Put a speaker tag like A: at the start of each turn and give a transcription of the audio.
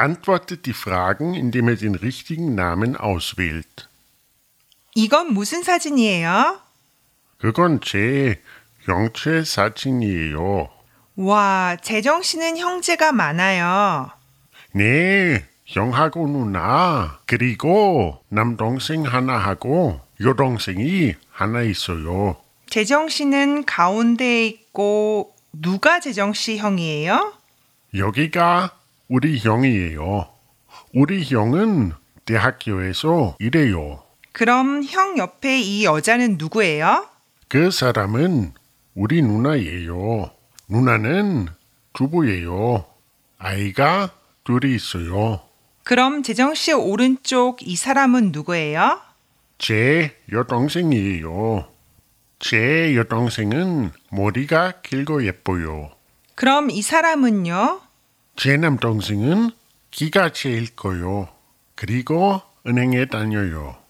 A: Beantwortet die Fragen, indem ihr den richtigen Namen auswählt.
B: 이건 무슨 사진이에요?
A: 그건 제 영체 사진이에요.
B: 와, 재정 씨는 형제가 많아요.
A: 네, 형하고 누나, 그리고 남동생 하나하고 여동생이 하나 있어요.
B: 재정 씨는 가운데에 있고 누가 재정 씨 형이에요?
A: 여기가 우리 형이에요. 우리 형은 대학교에서 일해요.
B: 그럼 형 옆에 이 여자는 누구예요?
A: 그 사람은 우리 누나예요. 누나는 주부예요. 아이가 둘이 있어요.
B: 그럼 재정 씨 오른쪽 이 사람은 누구예요?
A: 제 여동생이에요. 제 여동생은 머리가 길고 예뻐요.
B: 그럼 이 사람은요?
A: 제 남동생은 키가 제일 커요. 그리고 은행에 다녀요.